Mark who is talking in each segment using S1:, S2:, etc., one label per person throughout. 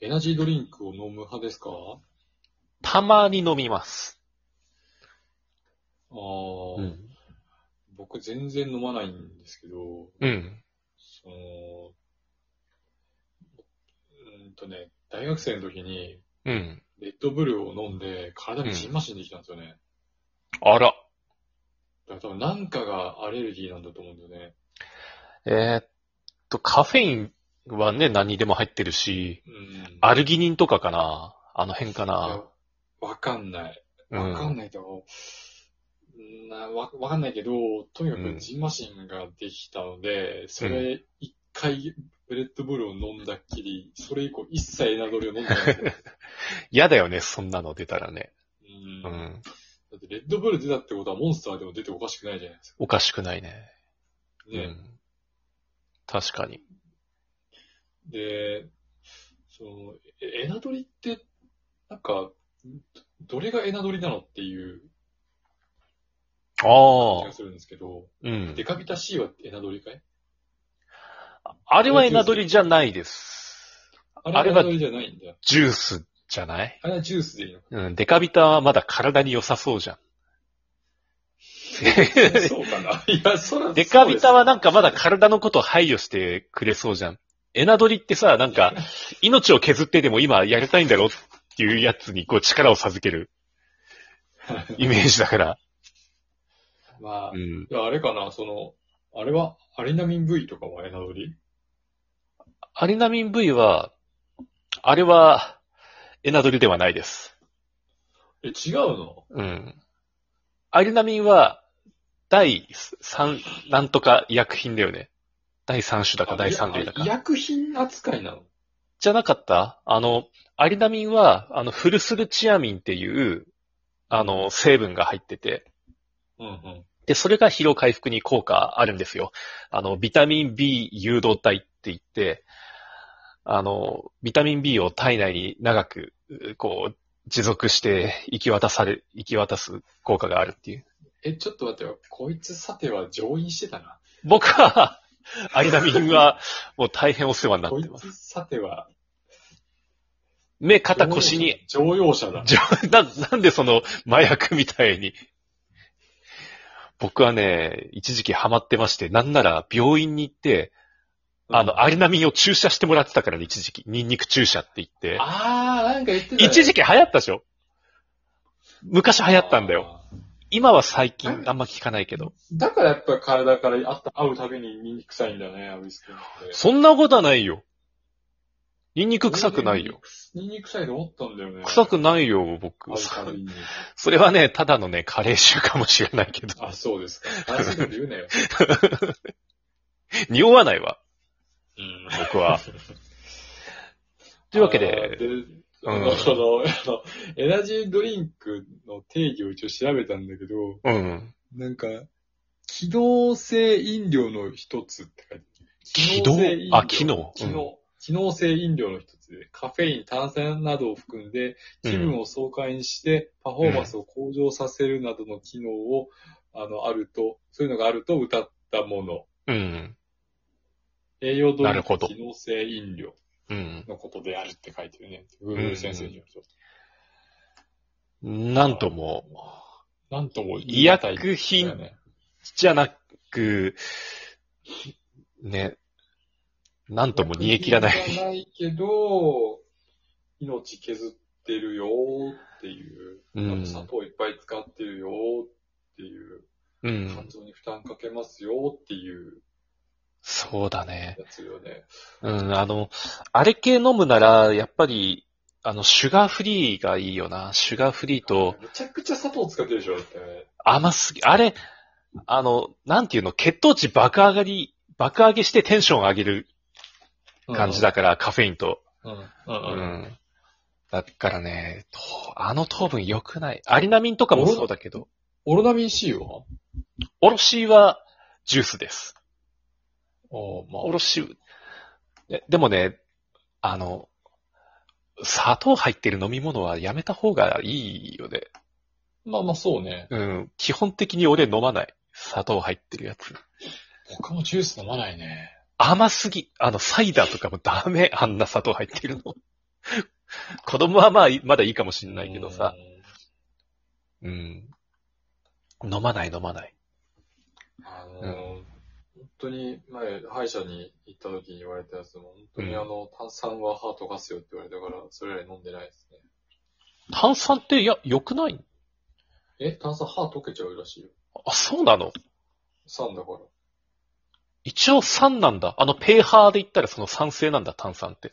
S1: エナジードリンクを飲む派ですかあ
S2: たまに飲みます。
S1: あー、
S2: うん。
S1: 僕全然飲まないんですけど、
S2: うん。
S1: その、うーんとね、大学生の時に、
S2: うん。
S1: レッドブルを飲んで、体にじんましんできたんですよね。
S2: あら。
S1: だから多分なんかがアレルギーなんだと思うんだよね。
S2: えーっと、カフェインはね、何にでも入ってるし、
S1: うん。
S2: アルギニンとかかなあの辺か
S1: いや
S2: な
S1: わかんない。
S2: う
S1: わかん
S2: ん。
S1: ないけど、うんなわわかんないけど、とにか
S2: う
S1: く
S2: ん
S1: ジンマシンができたので、それ一回ブレッドブルを飲んだっきり、それ以降一切エナドリを飲んでないん ですよ。
S2: 嫌だよね、そんなの出たらね。
S1: うん
S2: う
S1: だ
S2: ん。
S1: ってレッドブル出たってことはモンスターでも出ておかしくないじゃないですか。
S2: おかしくないね。う
S1: ね。
S2: ん。確かに。
S1: で、その、えエナドリって、なんか、どれがエナドリなのっていう
S2: あ
S1: 気
S2: あ
S1: が。するんですけど、
S2: うん
S1: デ。カビタ C はエナドリかい
S2: あれはエナドリじゃないです。
S1: あ
S2: あ
S1: れ
S2: れ
S1: は
S2: は
S1: エナドリじゃないんだよ。
S2: ジュースじゃない
S1: あれはジュースでいいのか。
S2: うん。デカビタはまだ体に良さそう じゃん。
S1: そうかな。いや、そら
S2: デカビタはなん
S1: か、
S2: かまだ体のことを配慮してくれそうじゃん。エナドリってさ、なん か、命を削ってでも今やりたいんだろっていうやつにこう力を授けるイメージだから。
S1: まあ、
S2: う
S1: い
S2: ん。
S1: やあれかな、その、あれは、アリナミン V とかはエナドリ
S2: アリナミン V は、あれは、エナドリではないです。
S1: え、違うの
S2: うん。アリナミンは、第三、なんとか医薬品だよね。第三種だか
S1: あ
S2: 第三類だ
S1: い
S2: か
S1: や。医薬品扱いなの
S2: じゃなかったあの、アリナミンは、あの、フルスルチアミンっていう、あの、成分が入ってて、
S1: うんうん。
S2: で、それが疲労回復に効果あるんですよ。あの、ビタミン B 誘導体って言って、あの、ビタミン B を体内に長く、うこう、持続して行き渡され、行き渡す効果があるっていう。
S1: え、ちょっと待ってよ。こいつさては上院してたな。
S2: 僕は、アリナミンは、もう大変お世話にな
S1: こ
S2: って
S1: い
S2: ます。
S1: つさては、
S2: 目、肩、腰に
S1: 乗用車だ。
S2: じゃ な、なんでその麻薬みたいに。僕はね、一時期ハマってまして、なんなら病院に行って、あの、アリナミンを注射してもらってたからね、一時期。ニンニク注射って言って。
S1: あー、なんか言ってたね、
S2: 一時
S1: 期
S2: 期流行ったでしょ昔流行ったんだよ。。今は最近あんま聞かないけど。
S1: だからやっぱ体からあった会うたびにニンニ臭いんだね、アビス君って。
S2: そんなことはないよ。ニンニク臭くないよ。。
S1: ニンニク臭いと思ったんだよね。
S2: 臭くないよ、僕
S1: 会。うたびに。
S2: それはね、ただのね、加齢臭かもしれないけど。
S1: あ、そうですか。大事なこと言うなよ。
S2: 匂わないわ、
S1: うん。
S2: 僕は。というわけで、
S1: あー。であの、その、あのエナジードリンクの定義を一応調べたんだけど、
S2: うん。
S1: なんか、機能性飲料の一つって書いてある
S2: 機能
S1: 性飲料
S2: あ機能
S1: 機能。機能性飲料の一つで、カフェイン、炭酸などを含んで、気分を爽快にして、パフォーマンスを向上させるなどの機能を、あの、あると、そういうのがあると歌ったもの。
S2: うん。
S1: 栄養ド
S2: な
S1: リン
S2: るほ
S1: ク
S2: ど
S1: 機能性飲料
S2: うん。
S1: のことであるって書いてるね。グーグル先生によると。
S2: なんとも、
S1: なんとも言
S2: 医
S1: い難い
S2: 薬
S1: だ
S2: 品
S1: ね。
S2: じゃなく、ね、なんとも煮え切らな
S1: 医薬品
S2: い。
S1: じゃないけど、命削ってるよーっていう。
S2: うん
S1: あと砂糖いっぱい使ってるよーっていう。
S2: うん
S1: 肝。臓に負担かけますよーっていう
S2: そうだね。
S1: やつよね。
S2: うん、あの、あれ系飲むなら、やっぱり、あの、シュガーフリーがいいよな。シュガーフリーと
S1: めちゃくちゃ砂糖使ってるでしょ、だってね。
S2: 甘すぎ、あれ、あの、なんていうの、血糖値爆上がり、爆上げしてテンション上げる感じだから、カフェインと。
S1: うん。うん。
S2: う
S1: うん。
S2: ん。だからね、とあの糖分良くない。アリナミンとかもそうだけど、
S1: オロナミン C は
S2: おろしはジュースです。
S1: ああ、まあ。
S2: おろし、えでもね、あの、砂糖入ってる飲み物はやめた方がいいよね。
S1: まあまあ、そうね。
S2: うん。基本的に俺飲まない。砂糖入ってるやつ。
S1: 他もジュース飲まないね。
S2: 甘すぎ。あの、サイダーとかもダメ。あんな砂糖入ってるの。 子供はまあ、まだいいかもしれないけどさ、うん。飲まない飲まない。
S1: うん。あのー
S2: う
S1: 本当に前、歯医者に行った時に言われたやつも、本当にあの、炭酸はハートガスよって言われたから、それ以来飲んでないですね。
S2: 炭酸って、いや、良くない
S1: え、炭酸歯溶けちゃうらしいよ。
S2: あ、そうなの
S1: 酸だから。
S2: 一応酸なんだ。あの、ペーハーで言ったらその酸性なんだ、炭酸って。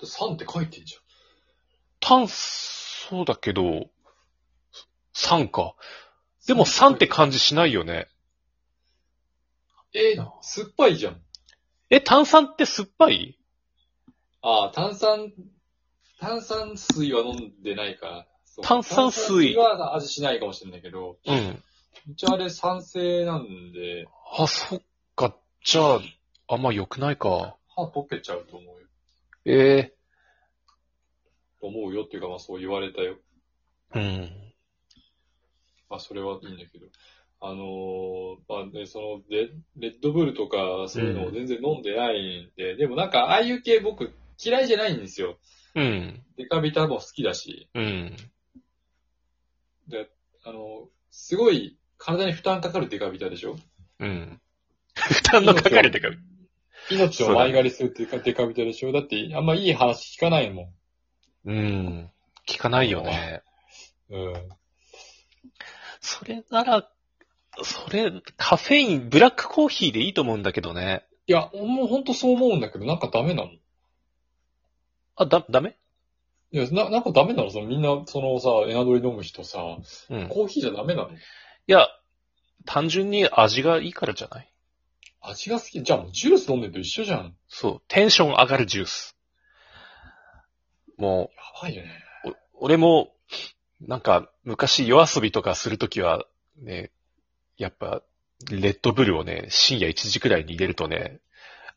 S1: で酸って書いてんじ
S2: 炭、そうだけど、酸か。
S1: ゃん。
S2: でも酸って感じしないよね。
S1: え、酸っぱいじゃん。
S2: え、炭酸って酸っぱい
S1: ああ、炭酸、炭酸水は飲んでないから。そう
S2: 炭酸水
S1: 炭酸は味しないかもしれないけど、
S2: うん。
S1: 一応あれ酸性なんで、
S2: あ、そっか。じゃあ、あんま良くないか。
S1: 歯溶けちゃうと思うよ。
S2: え
S1: と思うよっていうか、まあそう言われたよ。
S2: えうん。
S1: まあそれはいいんだけど。あのーまあね、その、レレッドブルとか、そういうのを全然飲んでないんで、でもなんか、ああいう系僕嫌いじゃないんですよ。
S2: うん。
S1: デカビタも好きだし。
S2: うん。
S1: で、あの、すごい体に負担かかるデカビタでしょ
S2: うん。 負担のかかるってか。
S1: 命を前借りするデカデカビタでしょだって、あんまいい話聞かないも
S2: うん。聞かないよね。
S1: ん。うん。
S2: それなら、それ、カフェイン、ブラックコーヒーでいいと思うんだけどね。
S1: いや、もうほんとそう思うんだけど、なんかダメなのい
S2: あ、だ、ダメ
S1: や、な、なんかダメなのそのみんな、そのさ、エナドリ飲む人さ、
S2: うん。
S1: コーヒーじゃダメなの
S2: いや、単純に味がいいからじゃない
S1: 味が好き。じゃあもうジュース飲んでると一緒じゃん。や
S2: そう。テンション上がるジュース。も
S1: ばいよね。
S2: う、お俺も、なんか、昔夜遊びとかするときは、ね、やっぱ、レッドブルをね、深夜1時くらいに入れるとね、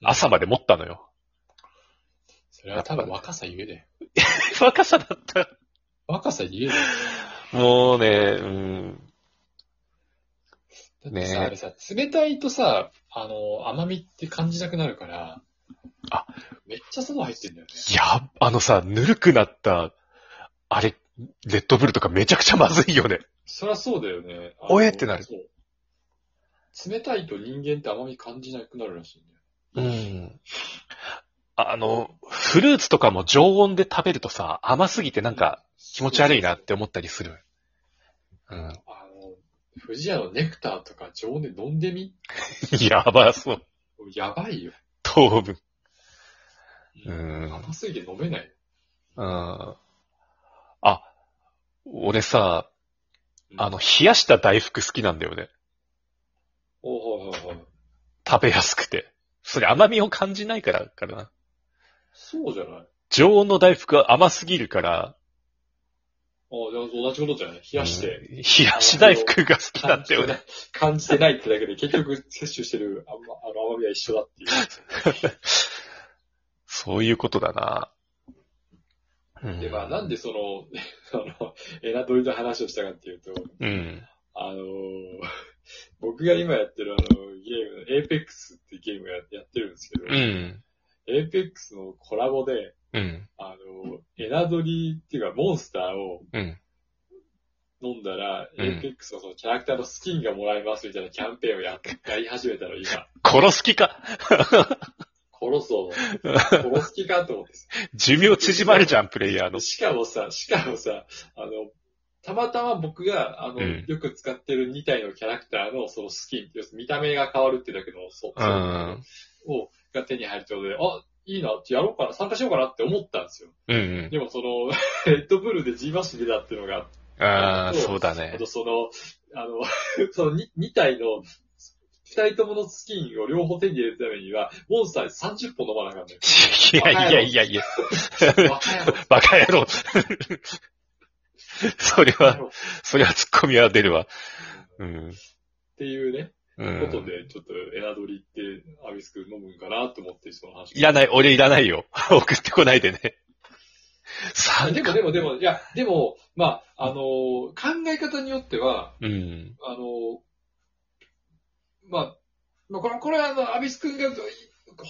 S2: 朝まで持ったのよ。
S1: それは多分若さゆえで。
S2: 若さだった。
S1: 若さゆえで。
S2: もうね、うん。
S1: だって
S2: ねえ
S1: さ、あれさ、冷たいとさ、あの、甘みって感じなくなるから、
S2: あ、
S1: めっちゃそば入ってんだよね。
S2: いや、あのさ、ぬるくなった、あれ、レッドブルとかめちゃくちゃまずいよね。
S1: そりゃそうだよね。あの
S2: おえってなる
S1: そう冷たいと人間って甘み感じなくなるらしいんだよ。
S2: うん。あの、フルーツとかも常温で食べるとさ、甘すぎてなんか気持ち悪いなって思ったりする。うん。
S1: あの、藤屋のネクターとか常温で飲んでみ
S2: やばそう。
S1: やばいよ。
S2: 糖分。うん
S1: 甘すぎて飲めない。
S2: うん。あ、俺さ、
S1: うん
S2: あの、、冷やした大福好きなんだよね。
S1: おうはいはいはい。
S2: 食べやすくて。それ甘みを感じないからかな。
S1: そうじゃない。あ
S2: 常温の大福は甘すぎるから、
S1: じゃあ同じことじゃない冷やして。
S2: うん冷やし大福が好きな
S1: 感
S2: んだ
S1: じ
S2: よ
S1: て
S2: ね
S1: な。い感じてないってだけで、結局摂取してる甘あの甘みは一緒だっていう。
S2: そういうことだな。うん
S1: で、まあ、なんでその、 あの、エナドリの話をしたかっていうと、
S2: うん。
S1: あのー僕が今やってるあのゲーム、エーペックスっていうゲームをややってるんですけど、
S2: うん。
S1: エーペックスのコラボで、
S2: うん。
S1: あのーエナドリっていうかモンスターを
S2: うん。
S1: 飲んだら、
S2: うん
S1: エーペックスのそのキャラクターのスキンがもらえますみたいなキャンペーンをやっやり始めたの今、
S2: 殺す気か。
S1: 殺 そう。殺す気かと思ってさ
S2: 寿命縮まるじゃん、プレイヤーの。
S1: しかもさ、しかもさ、あの、たまたま僕が、あの、
S2: うん
S1: よく使ってる2体のキャラクターのそのスキン、要するに見た目が変わるってだけの、そう
S2: う、ん。
S1: を、が手に入るってことで、あ、いいな、やろうかな、参加しようかなって思ったんですよ。
S2: うんうん。
S1: でもその、 レッドブルで G マッシュ出たっていうのが、
S2: ああ、そうだ
S1: あ
S2: ね
S1: と。その、あの、その 2, 体の、2人とものスキンを両方手に入れるためには、モンスターに30本飲まなあかんねん
S2: いやいやいやいや、
S1: バカ野郎
S2: バカ野郎。それ
S1: バカ野
S2: は、
S1: 郎っ
S2: それはツッコミは出るわ。うん。
S1: ていうね。
S2: う
S1: こと
S2: ん。
S1: で、ちょっとエナドリってアビスク飲むんかなと思って、その話。
S2: いらない、俺いらないよ。送ってこないでね。
S1: あ
S2: さ
S1: でもでもでも、いや、でも、まあ、あのー考え方によっては、
S2: うん。
S1: あのーまあ、まあ、これ、これはあの、アビス君が欲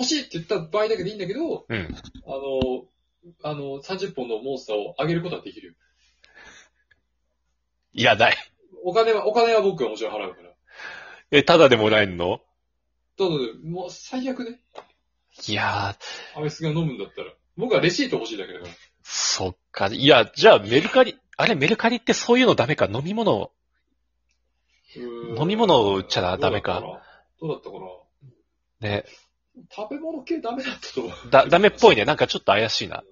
S1: しいって言った場合だけでいいんだけど、
S2: う
S1: あ
S2: ん。
S1: のーあの、30本のモンスターを上げることはできるよ。
S2: いらない。
S1: お金は、お金は僕がもちろん払うから。
S2: え、ただでもらえんの
S1: どうぞ、もう最悪ね。
S2: いやー、
S1: アメスが飲むんだったら。僕はレシート欲しいだけだから。
S2: そっか。いや、じゃあメルカリ、あれメルカリってそういうのダメか。飲み物、飲
S1: 飲
S2: み物を売っちゃダメか。
S1: どうだったかな
S2: ね、
S1: 食べ物系ダメだったと思う。
S2: だ、ダメっぽいね。なんかちょっと怪しいな。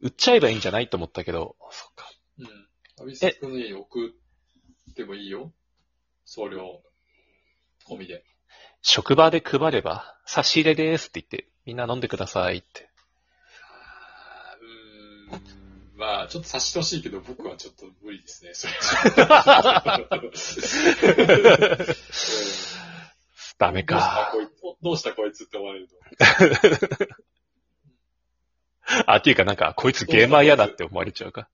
S2: 売っちゃえばいいんじゃないと思ったけど。そっか。
S1: うん。アビス君の家に送ってもいいよ。送料込みで。
S2: 職場で配れば、差し入れですって言って、みんな飲んでくださいって。
S1: うーん。まあ、ちょっと察してほしいけど、僕はちょっと無理ですね。それ
S2: ダメか。
S1: どうしたこいどうしたこいつって思われると。
S2: あ、っていうかなんか、こいつゲーマー嫌だって思われちゃうか。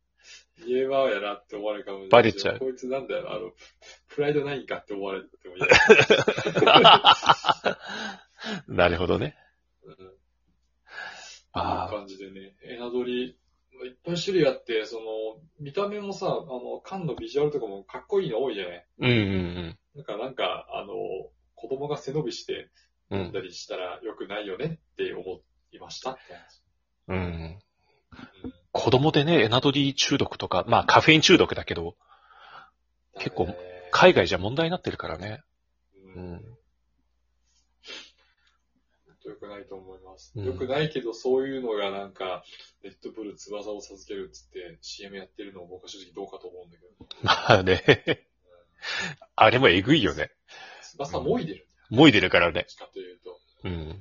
S1: ゲーマーやなって思われるかもしれない。
S2: バレちゃう
S1: こいつなんだよ、あの、プライドないんかって思われるってもいい。
S2: なるほどね。
S1: うんいい
S2: あ
S1: 感じでね、エナドリ、いっぱい種類あって、その、見た目もさ、あの、缶のビジュアルとかもかっこいいの多いじゃない
S2: あ、うんうん
S1: なんか、なんか、あの、子供が背伸びして
S2: う
S1: 飲ん
S2: ん。
S1: だりしたら良くないよねって思いましたって話。
S2: うん。うん。子供でね、エナドリ中毒とか、まあカフェイン中毒だけど、結構
S1: だね
S2: 海外じゃ問題になってるからね。
S1: う。
S2: うんん。
S1: 良くないと思います。
S2: うん
S1: 良くないけど、そういうのがなんか、レッドブル翼を授けるっつって CM やってるのも僕は正直どうかと思うんだけど、
S2: まあね。 あれもえぐいよね。
S1: 翼もいでるんだよ、
S2: もいでるから
S1: ど
S2: ね
S1: っ。ちかというと。
S2: うん。